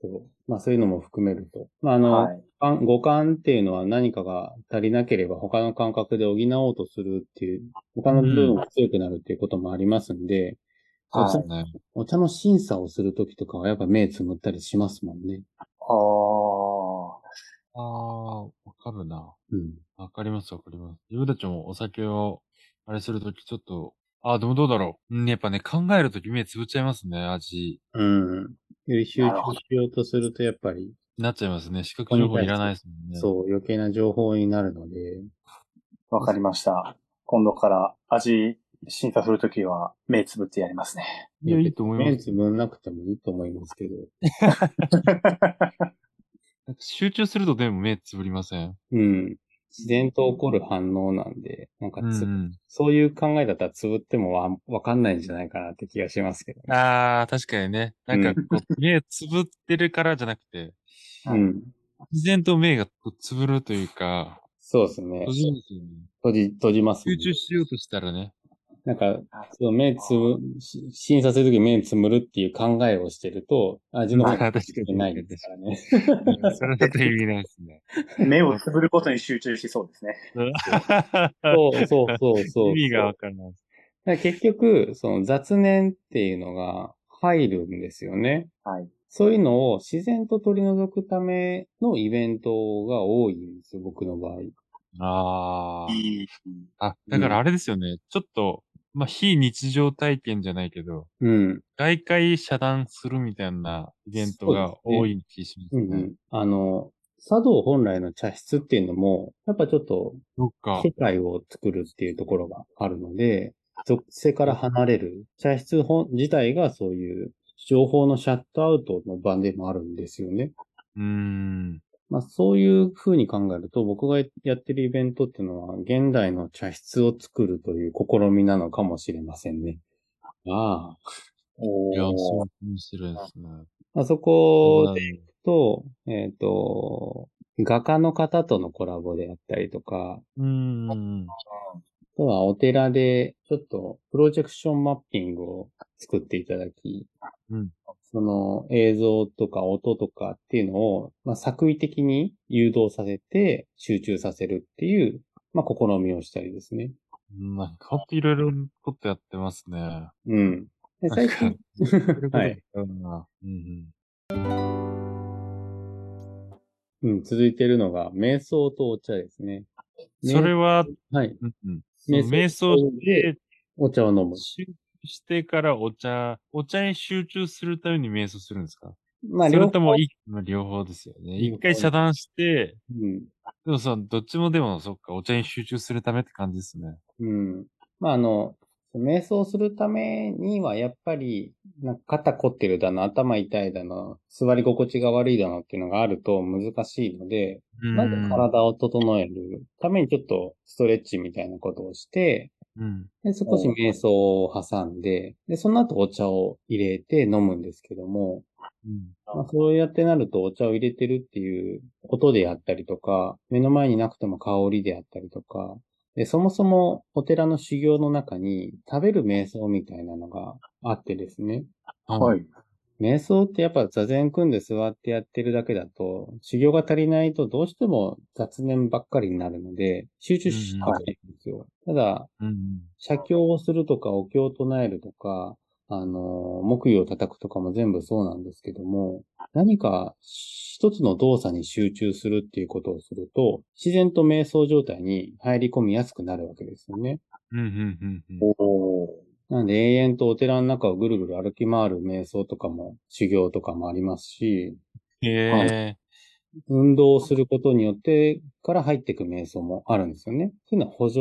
[SPEAKER 1] そうまあそういうのも含めると。まああの、
[SPEAKER 3] はい。
[SPEAKER 1] 感五感っていうのは何かが足りなければ他の感覚で補おうとするっていう、他の部分が強くなるっていうこともありますんで、
[SPEAKER 2] そう
[SPEAKER 1] お
[SPEAKER 2] で
[SPEAKER 1] 茶
[SPEAKER 2] すね。
[SPEAKER 1] お茶の審査をするときとかはやっぱ目つむったりしますもんね。
[SPEAKER 3] あー。
[SPEAKER 2] あー、わかるな。
[SPEAKER 1] うん。
[SPEAKER 2] わかります、わかります。自分たちもお酒を、あれするときちょっと、あー、でもどうだろう。うん、やっぱね、考えるとき目つぶっちゃいますね、味。
[SPEAKER 1] うん。より集中しようとするとやっぱり、
[SPEAKER 2] なっちゃいますね。視覚情報いらないですもんね。う。
[SPEAKER 1] そう、余計な情報になるので、
[SPEAKER 3] わかりました。今度から味審査するときは目つぶってやりますね。
[SPEAKER 2] いや、いいと思い
[SPEAKER 1] 目
[SPEAKER 2] ます。
[SPEAKER 1] つぶんなくてもいいと思いますけど。
[SPEAKER 2] なんか集中するとでも目つぶりません。
[SPEAKER 1] うん。自然と起こる反応なんで、なんか
[SPEAKER 2] うん、
[SPEAKER 1] つ、
[SPEAKER 2] うん。
[SPEAKER 1] そういう考えだったらつぶってもわわかんないんじゃないかなって気がしますけど。
[SPEAKER 2] ああ、確かにね。なんかこう、目つぶってるからじゃなくて、
[SPEAKER 1] うん。
[SPEAKER 2] 自然と目がこうつぶるというか、
[SPEAKER 1] そうですね
[SPEAKER 2] 閉。じるんですよね。
[SPEAKER 1] 閉じ、閉じます、ね
[SPEAKER 2] 集。中しようとした
[SPEAKER 1] *laughs*
[SPEAKER 2] らね。
[SPEAKER 1] なんか、そう目つぶ、し審査するとき目つむるっていう考えをしてると、味の方
[SPEAKER 2] ま
[SPEAKER 1] が
[SPEAKER 2] あ確かに
[SPEAKER 1] ないですから
[SPEAKER 2] *laughs*
[SPEAKER 1] ね。
[SPEAKER 2] うんそれだと意味ないですね。
[SPEAKER 3] 目をつぶることに集中しそうですね。
[SPEAKER 1] そうそうそうそう。
[SPEAKER 2] *laughs* 意味がわからない。
[SPEAKER 1] だから結局、その雑念っていうのが入るんですよね。
[SPEAKER 3] はい。
[SPEAKER 1] そういうのを自然と取り除くためのイベントが多いんですよ、僕の場合。
[SPEAKER 2] あ
[SPEAKER 3] うん
[SPEAKER 2] あ。あ、だからあれですよね。ちょっと、まあ、非日常体験じゃないけど、
[SPEAKER 1] うん。
[SPEAKER 2] 外界遮断するみたいなイベントが多い気がします
[SPEAKER 1] う
[SPEAKER 2] ね。
[SPEAKER 1] ん、うん。あの、茶道本来の茶室っていうのも、やっぱちょっと
[SPEAKER 2] そっか
[SPEAKER 1] 世。界を作るっていうところがあるので、属性から離れる。茶室本自体がそういう情報のシャットアウトの場でもあるんですよね。
[SPEAKER 2] うーん。
[SPEAKER 1] まあそういう風に考えると、僕がやってるイベントっていうのは、現代の茶室を作るという試みなのかもしれませんね。ああ。
[SPEAKER 2] いや、
[SPEAKER 3] お
[SPEAKER 2] そ
[SPEAKER 3] ー。
[SPEAKER 2] う面白いですね。
[SPEAKER 1] あそこで
[SPEAKER 2] で、
[SPEAKER 1] と、えっ、と、画家の方とのコラボであったりとか、
[SPEAKER 2] うーん。
[SPEAKER 1] あとはお寺で、ちょっとプロジェクションマッピングを作っていただき、
[SPEAKER 2] うん
[SPEAKER 1] その映像とか音とかっていうのを、まあ、作為的に誘導させて集中させるっていう、まあ、試みをしたりですね。
[SPEAKER 2] なんか、ほんといろいろことやってますね。
[SPEAKER 1] うん。で
[SPEAKER 2] な
[SPEAKER 1] 最
[SPEAKER 2] んか
[SPEAKER 1] 近、、
[SPEAKER 2] はい。うんうん。
[SPEAKER 1] うん、続いてるのが、瞑想とお茶ですね。ね
[SPEAKER 2] それは、
[SPEAKER 1] はい。
[SPEAKER 2] うんうん
[SPEAKER 1] 瞑想
[SPEAKER 2] 瞑想して、
[SPEAKER 1] お茶を飲む。
[SPEAKER 2] 集中してからお茶、お茶に集中するために瞑想するんですか
[SPEAKER 1] まあ、
[SPEAKER 2] そ
[SPEAKER 1] 両
[SPEAKER 2] れ
[SPEAKER 1] 方
[SPEAKER 2] とも、いまあ両方ですよね。
[SPEAKER 1] 両方
[SPEAKER 2] 一回遮断して、
[SPEAKER 1] うん。
[SPEAKER 2] でもさ、どっちもでも、そっか、お茶に集中するためって感じですね。
[SPEAKER 1] うん。まあ、あの、瞑想するためには、やっぱり、なんか肩凝ってるだの、頭痛いだの、座り心地が悪いだのっていうのがあると難しいので、まず体を整えるためにちょっとストレッチみたいなことをして、
[SPEAKER 2] うん。
[SPEAKER 1] で、少し瞑想を挟んで、で、その後お茶を入れて飲むんですけども、
[SPEAKER 2] うん。
[SPEAKER 1] まあ、そうやってなるとお茶を入れてるっていう音であったりとか、目の前になくても香りであったりとか、で、そもそもお寺の修行の中に食べる瞑想みたいなのがあってですね。
[SPEAKER 2] い。
[SPEAKER 3] い。
[SPEAKER 1] 瞑想ってやっぱ座禅組んで座ってやってるだけだと、修行が足りないとどうしても雑念ばっかりになるので、集中しないんですよ。ただ、
[SPEAKER 2] うん。
[SPEAKER 1] 写経をするとか、お経を唱えるとか、あの、木魚を叩くとかも全部そうなんですけども、何か一つの動作に集中するっていうことをすると、自然と瞑想状態に入り込みやすくなるわけですよね。
[SPEAKER 2] うん。うん。うん。
[SPEAKER 3] おお。
[SPEAKER 1] なんで永遠とお寺の中をぐるぐる歩き回る瞑想とかも、修行とかもありますし、
[SPEAKER 2] へえ。
[SPEAKER 1] 運動をすることによってから入っていく瞑想もあるんですよね。そういうのは補助、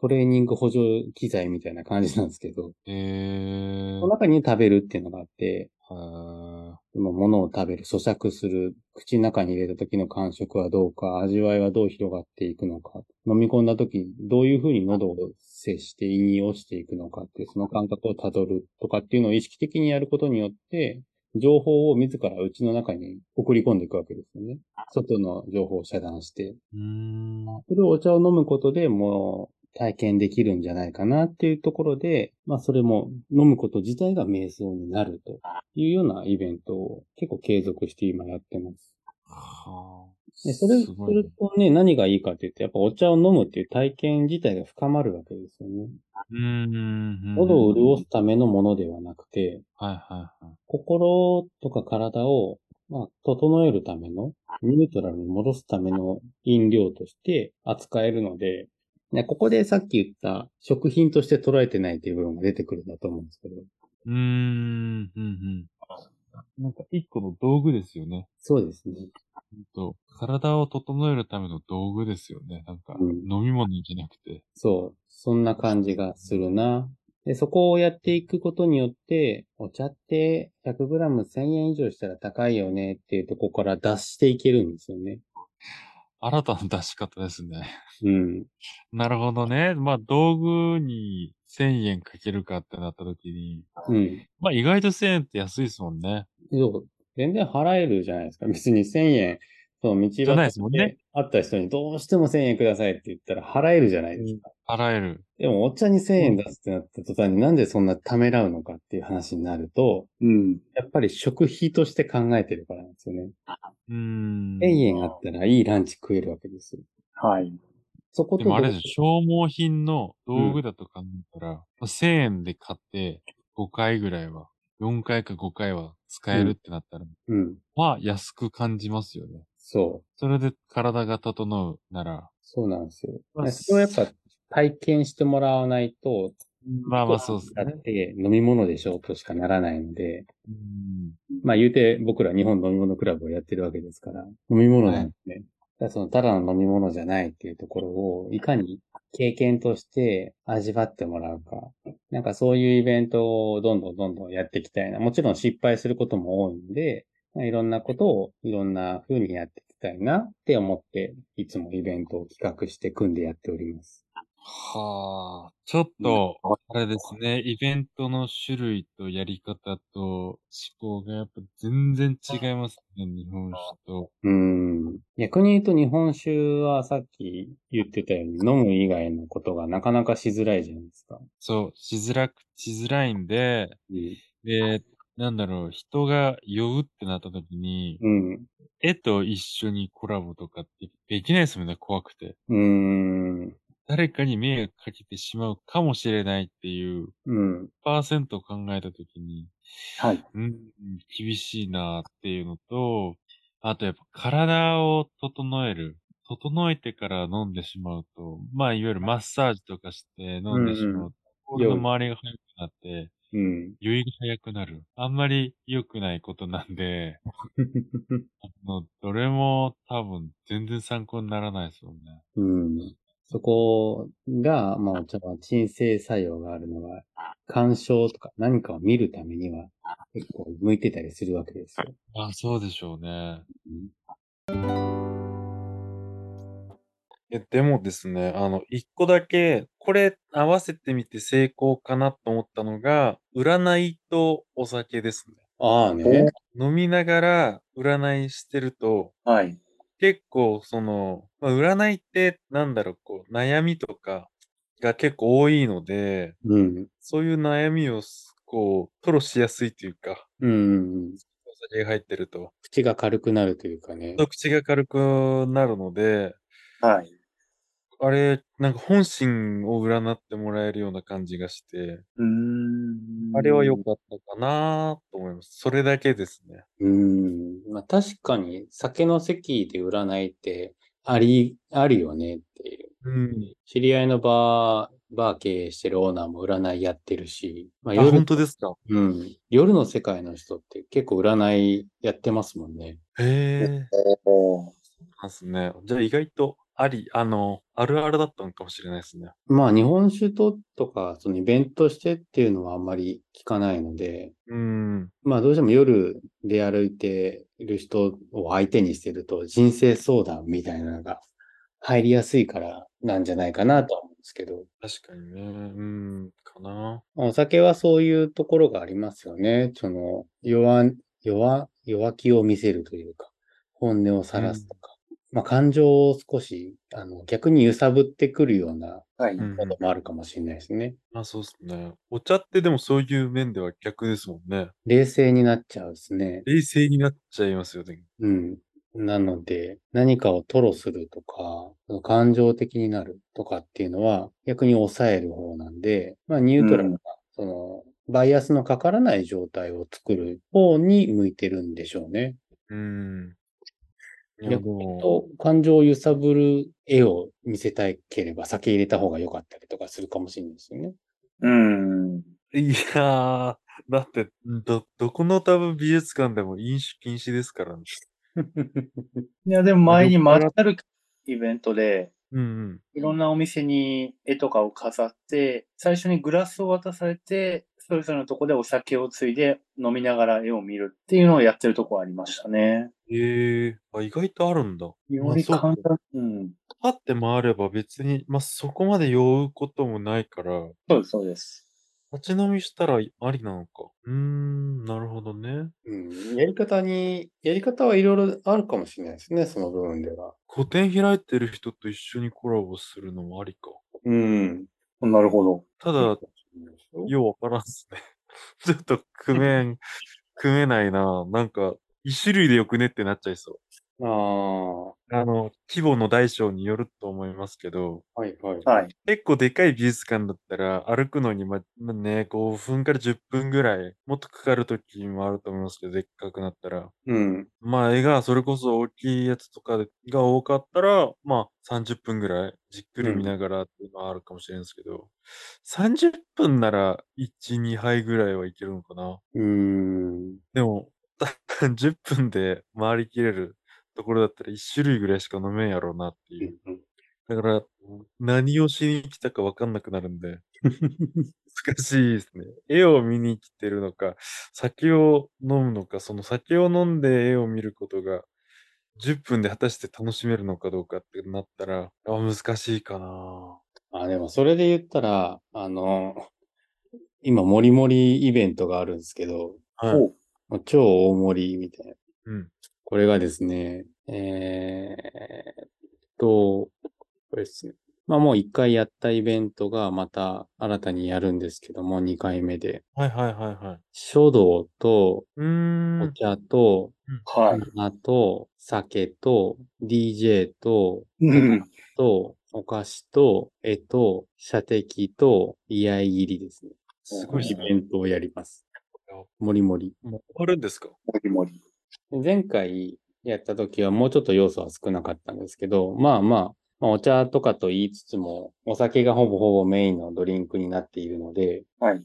[SPEAKER 1] トレーニング補助機材みたいな感じなんですけど、
[SPEAKER 2] へえ
[SPEAKER 1] その。中に食べるっていうのがあって、
[SPEAKER 2] へー
[SPEAKER 1] その物を食べる、咀嚼する、口の中に入れた時の感触はどうか、味わいはどう広がっていくのか、飲み込んだ時どういうふうに喉を接して胃に落ちていくのかって、その感覚をたどるとかっていうのを意識的にやることによって、情報を自らうちの中に送り込んでいくわけですよね。外の情報を遮断して。
[SPEAKER 2] うーん。
[SPEAKER 1] それをお茶を飲むことでもう体験できるんじゃないかなっていうところで、まあそれも飲むこと自体が瞑想になるというようなイベントを結構継続して今やってます。
[SPEAKER 2] はあ。
[SPEAKER 1] でそれ
[SPEAKER 2] す
[SPEAKER 1] す
[SPEAKER 2] ごいね
[SPEAKER 1] るとね、何がいいかって言って、やっぱお茶を飲むっていう体験自体が深まるわけですよね。
[SPEAKER 2] うーん。
[SPEAKER 1] 喉を潤
[SPEAKER 2] す。
[SPEAKER 1] すためのものではなくて、
[SPEAKER 2] はいはいはい。
[SPEAKER 1] 心とか体を、まあ、整えるための、ニュートラルに戻すための飲料として扱えるので、ね、ここでさっき言った食品として捉えてないっていう部分が出てくるんだと思うんですけど。
[SPEAKER 2] うーん。うんうん。なんか一個の道具ですよね。
[SPEAKER 1] そうですね。
[SPEAKER 2] ほんと体を整えるための道具ですよね。なんか、
[SPEAKER 1] うん
[SPEAKER 2] 飲み物じゃなくて。
[SPEAKER 1] そう。そんな感じがするな。で、そこをやっていくことによって、お茶って 100g1000 円以上したら高いよねっていうとこから脱していけるんですよね。
[SPEAKER 2] 新たな出し方ですね。 *laughs*
[SPEAKER 1] うん。
[SPEAKER 2] なるほどね。まあ、道具に1000円かけるかってなった時に、
[SPEAKER 1] うん。
[SPEAKER 2] まあ、意外と1000円って安いですもんね。
[SPEAKER 1] そう、全然払えるじゃないですか。 *laughs* 別に1000円、その道
[SPEAKER 2] ゃない
[SPEAKER 1] 端
[SPEAKER 2] ですもんね
[SPEAKER 1] あった人にどうしても1000円くださいって言ったら払えるじゃないですか。
[SPEAKER 2] 払える。
[SPEAKER 1] でもお茶に1000円出すってなった途端になんでそんなためらうのかっていう話になると、
[SPEAKER 3] うん。
[SPEAKER 1] やっぱり食費として考えてるからなんですよね。
[SPEAKER 2] うーん。
[SPEAKER 1] 1000円あったらいいランチ食えるわけですよ。
[SPEAKER 3] はい。
[SPEAKER 1] そこ
[SPEAKER 2] で
[SPEAKER 1] と
[SPEAKER 2] もあれ
[SPEAKER 1] どう
[SPEAKER 2] ですよ、消耗品の道具だと考えたら、まあ1000円で買って5回ぐらいは、4回か5回は使えるってなったら、
[SPEAKER 1] うん。
[SPEAKER 2] まあ安く感じますよね。
[SPEAKER 1] そう。
[SPEAKER 2] それで体が整うなら、
[SPEAKER 1] そうなんですよ。
[SPEAKER 2] まあ
[SPEAKER 1] それをやっぱ体験してもらわないと、
[SPEAKER 2] まあまあそうです
[SPEAKER 1] だ
[SPEAKER 2] ね
[SPEAKER 1] っ。て飲み物でしょうとしかならないので、
[SPEAKER 2] うん
[SPEAKER 1] まあ言うて僕ら日本飲み物クラブをやってるわけですから、飲み物なんですね。だからそのただの飲み物じゃないっていうところをいかに経験として味わってもらうか。なんかそういうイベントをどんどんどんどんやっていきたいな。もちろん失敗することも多いんで、まあいろんなことをいろんな風にやっていきたいなって思って、いつもイベントを企画して組んでやっております。
[SPEAKER 2] はあ、ちょっと、あれですね、イベントの種類とやり方と思考がやっぱ全然違いますね、日本酒と。
[SPEAKER 1] うん。逆に言うと日本酒はさっき言ってたように飲む以外のことがなかなかしづらいじゃないですか。
[SPEAKER 2] そう、しづらく、しづらいんで、
[SPEAKER 1] うん
[SPEAKER 2] で、なんだろう、人が酔うってなった時に、
[SPEAKER 1] うん。
[SPEAKER 2] 絵と一緒にコラボとかってできないですもんね、怖くて。
[SPEAKER 1] うーん。
[SPEAKER 2] 誰かに迷惑かけてしまうかもしれないっていう、
[SPEAKER 1] うん。
[SPEAKER 2] パーセントを考えた時に、
[SPEAKER 3] はい。
[SPEAKER 2] うん、厳しいなっていうのと、あとやっぱ体を整える。整えてから飲んでしまうと、まあいわゆるマッサージとかして飲んでしまうと、
[SPEAKER 1] うん
[SPEAKER 2] 心の周りが早くなって、
[SPEAKER 1] うん。
[SPEAKER 2] 酔いが早くなる。あんまり良くないことなんで、
[SPEAKER 1] *laughs*
[SPEAKER 2] あのどれも多分全然参考にならないですもんね。
[SPEAKER 1] うん。そこが、まあ、お茶は鎮静作用があるのは、鑑賞とか何かを見るためには、結構向いてたりするわけですよ。
[SPEAKER 4] あ、そうでしょうね。
[SPEAKER 2] え、でもですね、あの、一個だけ、これ合わせてみて成功かなと思ったのが、占いとお酒ですね。
[SPEAKER 1] ああね。
[SPEAKER 2] 飲みながら占いしてると、
[SPEAKER 3] はい。
[SPEAKER 2] 結構その、まあ、占いってなんだろう、こう、悩みとかが結構多いので、
[SPEAKER 1] うん。
[SPEAKER 2] そういう悩みをすこう、吐露しやすいというか、
[SPEAKER 1] うんうん。
[SPEAKER 2] お酒が入ってると、
[SPEAKER 1] 口が軽くなるというかね。
[SPEAKER 2] 口が軽くなるので、
[SPEAKER 3] はい。
[SPEAKER 2] あれ、なんか本心を占ってもらえるような感じがして、
[SPEAKER 3] うーん。
[SPEAKER 2] あれは良かったかなと思います。それだけですね。
[SPEAKER 1] うん。まあ、確かに、酒の席で占いって、あり、あるよねっていう。
[SPEAKER 2] うん。
[SPEAKER 1] 知り合いのバー、バー経営してるオーナーも占いやってるし、まあ、
[SPEAKER 2] あ、
[SPEAKER 1] 夜
[SPEAKER 2] 本、当ですか
[SPEAKER 1] うん。夜の世界の人って結構占いやってますもんね。
[SPEAKER 2] へえ。
[SPEAKER 3] おー
[SPEAKER 2] ますね。じゃあ意外とあり、あの、あるあるだったのかもしれないですね。
[SPEAKER 1] まあ、日本酒と、とか、そのイベントしてっていうのはあんまり聞かないので、
[SPEAKER 2] うん。
[SPEAKER 1] まあ、どうしても夜で歩いてる人を相手にしてると、人生相談みたいなのが入りやすいからなんじゃないかなとは思うんですけど、
[SPEAKER 2] 確かにね。うん。かな。
[SPEAKER 1] お酒はそういうところがありますよね。その、弱、弱、弱気を見せるというか、本音をさらすとか、まあ、感情を少し、あの、逆に揺さぶってくるような
[SPEAKER 3] はい。
[SPEAKER 2] うん
[SPEAKER 1] こともあるかもしれないですね。
[SPEAKER 2] あ、そうですね。お茶ってでもそういう面では逆ですもんね。
[SPEAKER 1] 冷静になっちゃうですね。
[SPEAKER 2] 冷静になっちゃいますよね。
[SPEAKER 1] うん。なので、何かを吐露するとか、その感情的になるとかっていうのは、逆に抑える方なんで、まあ、ニュートラルな、
[SPEAKER 3] うん
[SPEAKER 1] その、バイアスのかからない状態を作る方に向いてるんでしょうね。
[SPEAKER 2] うん。いや、で
[SPEAKER 1] 逆に言う
[SPEAKER 2] も、
[SPEAKER 1] と、感情を揺さぶる絵を見せたければ、酒入れた方が良かったりとかするかもしれないです *laughs* よね。
[SPEAKER 3] うん。
[SPEAKER 2] いやー、だって、ど、どこの多分美術館でも飲酒禁止ですからね。
[SPEAKER 3] いや、でも前にマルタルイベントで、
[SPEAKER 2] うんうん。
[SPEAKER 3] いろんなお店に絵とかを飾って、最初にグラスを渡されて、それぞれのとこでお酒をついで飲みながら絵を見るっていうのをやってるとこありましたね。
[SPEAKER 2] ええあ、意外とあるんだ。
[SPEAKER 3] より
[SPEAKER 2] まあそう
[SPEAKER 3] 簡単。うん。
[SPEAKER 2] 立って回れば別に、まあ、そこまで酔うこともないから、
[SPEAKER 3] そうです、そうです。
[SPEAKER 2] 立ち飲みしたらありなのか。うーん、なるほどね。
[SPEAKER 1] うん、やり方に、やり方はいろいろあるかもしれないですね、その部分では。
[SPEAKER 2] 個展開いてる人と一緒にコラボするのもありか。
[SPEAKER 1] うん。
[SPEAKER 3] なるほど。
[SPEAKER 2] ただ、ようわからんっすね。 *laughs* ちょっと、組めん、組めないな。なんか、一種類でよくねってなっちゃいそ
[SPEAKER 1] ああ、は
[SPEAKER 2] う。あの、規模の大小によると思いますけど、
[SPEAKER 1] いはい。
[SPEAKER 3] はい。
[SPEAKER 2] 結構でかい美術館だったら、歩くのにま、まあね、5分から10分ぐらい、もっとかかる時もあると思いますけど、でっかくなったら。
[SPEAKER 1] うん。
[SPEAKER 2] まあ、絵がそれこそ大きいやつとかが多かったら、まあ、30分ぐらいじっくり見ながらっていうのはあるかもしれないですけど、30分なら1、2杯ぐらいはいけるのかな。
[SPEAKER 1] うーん。
[SPEAKER 2] でも、10分で回りきれるところだったら1種類ぐらいしか飲めんやろうなっていう。だから、何をしに来たかわかんなくなるんで、難しいですね。絵を見に来てるのか、酒を飲むのか、その酒を飲んで絵を見ることが、10分で果たして楽しめるのかどうかってなったら、あ難しいかな
[SPEAKER 1] あ、でもそれで言ったら、あの、今、もりもりイベントがあるんですけど、
[SPEAKER 2] はい
[SPEAKER 3] おう
[SPEAKER 1] もう超大盛りみたいな。
[SPEAKER 2] うん。
[SPEAKER 1] これがですね、えーっと、これですね。まあもう一回やったイベントがまた新たにやるんですけども、二回目で。
[SPEAKER 2] はいはいはいはい。
[SPEAKER 1] 書道と、
[SPEAKER 2] うー
[SPEAKER 1] お
[SPEAKER 2] ん。
[SPEAKER 1] 茶と、
[SPEAKER 3] はい。
[SPEAKER 1] 花と、酒と、DJ と、
[SPEAKER 3] うん。
[SPEAKER 1] と、お菓子と、絵と、射的と、居合切りですね。
[SPEAKER 2] すごい
[SPEAKER 1] イ
[SPEAKER 2] です
[SPEAKER 1] ベ
[SPEAKER 2] ね。
[SPEAKER 1] ントをやります
[SPEAKER 2] やば。
[SPEAKER 1] もりもり。
[SPEAKER 2] もう終わるんですか
[SPEAKER 3] もりもり。
[SPEAKER 1] で前回やった時はもうちょっと要素は少なかったんですけど、まあまあ、まあ、お茶とかと言いつつも、お酒がほぼほぼメインのドリンクになっているので、
[SPEAKER 3] はい。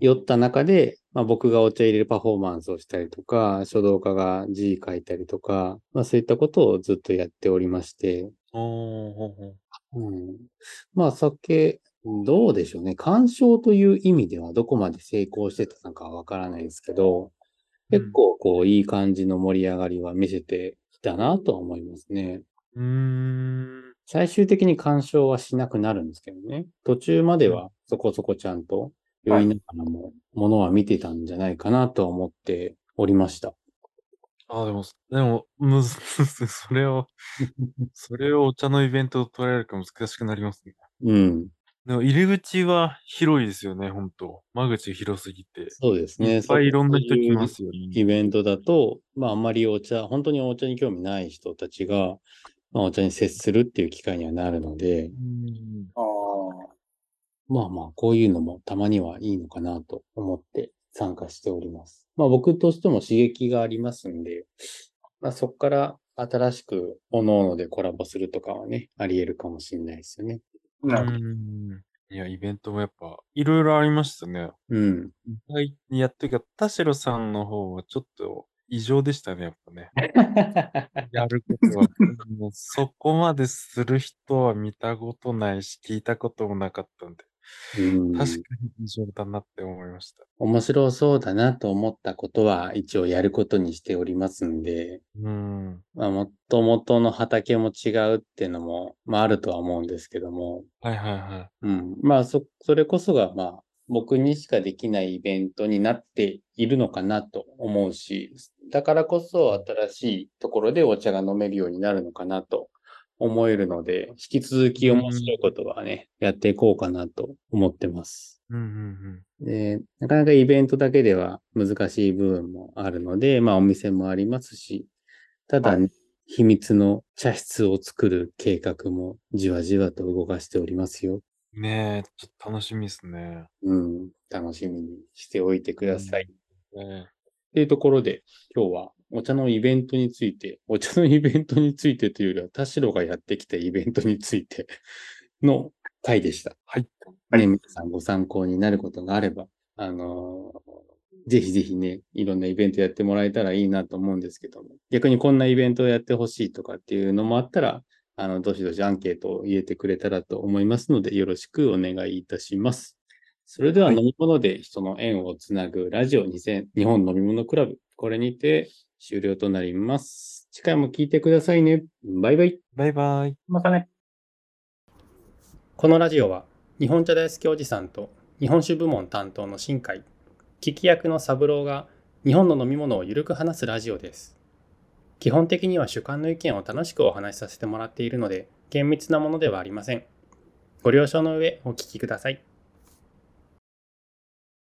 [SPEAKER 1] 酔った中で、まあ、僕がお茶入れるパフォーマンスをしたりとか、書道家が字書いたりとか、まあ、そういったことをずっとやっておりまして、
[SPEAKER 2] おーほんほん。
[SPEAKER 1] うん、まあ酒、どうでしょうね。鑑賞という意味ではどこまで成功してたのかはわからないですけど、結構こういい感じの盛り上がりは見せてきたなとは思いますね。
[SPEAKER 2] うーん。
[SPEAKER 1] 最終的に鑑賞はしなくなるんですけどね。途中まではそこそこちゃんと酔いながらも、ものは見てたんじゃないかなとは思っておりました。
[SPEAKER 2] あ、でも、でも、むず、 *laughs* それを、それをお茶のイベントと捉えるか難しくなりますね。
[SPEAKER 1] うん。
[SPEAKER 2] でも入り口は広いですよね、ほんと。間口広すぎて。
[SPEAKER 1] そうですね。。
[SPEAKER 2] いっぱいいろんな人来ますすよね。
[SPEAKER 1] イベントだと、まああんまりお茶、本当にお茶に興味ない人たちが、まあお茶に接するっていう機会にはなるので、
[SPEAKER 2] うん
[SPEAKER 3] ああ。
[SPEAKER 1] まあまあ、こういうのもたまにはいいのかなと思って参加しております。まあ僕としても刺激がありますんで、まあそこから新しく各々でコラボするとかはね、あり得るかもしれないですよね。
[SPEAKER 3] なるほど。
[SPEAKER 2] うんいや、イベントもやっぱ、いろいろありましたね。 *laughs*
[SPEAKER 1] うん。
[SPEAKER 2] はい。いや、というか、田代さんの方はちょっと異常でしたね、やっぱね。やること *laughs* は。もうそこまでする人は見たことないし、聞いたこともなかったんで、
[SPEAKER 1] うん
[SPEAKER 2] 確かに異常だなって思いました。
[SPEAKER 1] 面白そうだなと思ったことは一応やることにしておりますんで、
[SPEAKER 2] うん。
[SPEAKER 1] まあもともとの畑も違うっていうのも、まああるとは思うんですけども、
[SPEAKER 2] はいはいはい。
[SPEAKER 1] うん。まあ、そ、それこそが、まあ、僕にしかできないイベントになっているのかなと思うし、だからこそ新しいところでお茶が飲めるようになるのかなと思えるので、引き続き面白いことはね、やっていこうかなと思ってます。
[SPEAKER 2] うんうん
[SPEAKER 1] で、なかなかイベントだけでは難しい部分もあるので、まあお店もありますし、ただね、秘密の茶室を作る計画もじわじわと動かしておりますよ。
[SPEAKER 2] うん。ねえ、ちょっと楽しみですね。
[SPEAKER 1] うん、楽しみにしておいてください。
[SPEAKER 2] う
[SPEAKER 1] っ
[SPEAKER 2] ね
[SPEAKER 1] ていうところで、今日はお茶のイベントについて、お茶のイベントについてというよりは、田代がやってきたイベントについての回でした。
[SPEAKER 2] はい。
[SPEAKER 1] ね、皆さんご参考になることがあれば、あのーぜひぜひね、いろんなイベントやってもらえたらいいなと思うんですけども、逆にこんなイベントをやってほしいとかっていうのもあったら、あの、どしどしアンケートを入れてくれたらと思いますので、よろしくお願いいたします。それでは飲み物で人の縁をつなぐラジオ2000日本飲み物クラブ、これにて終了となります。次回も聞いてくださいね。バイバイ。
[SPEAKER 2] バイバイ。
[SPEAKER 3] またね。
[SPEAKER 1] このラジオは日本茶大好きおじさんと日本酒部門担当の新海聞き役の三郎が日本の飲み物をゆるく話すラジオです基本的には主観の意見を楽しくお話しさせてもらっているので厳密なものではありませんご了承の上お聞きください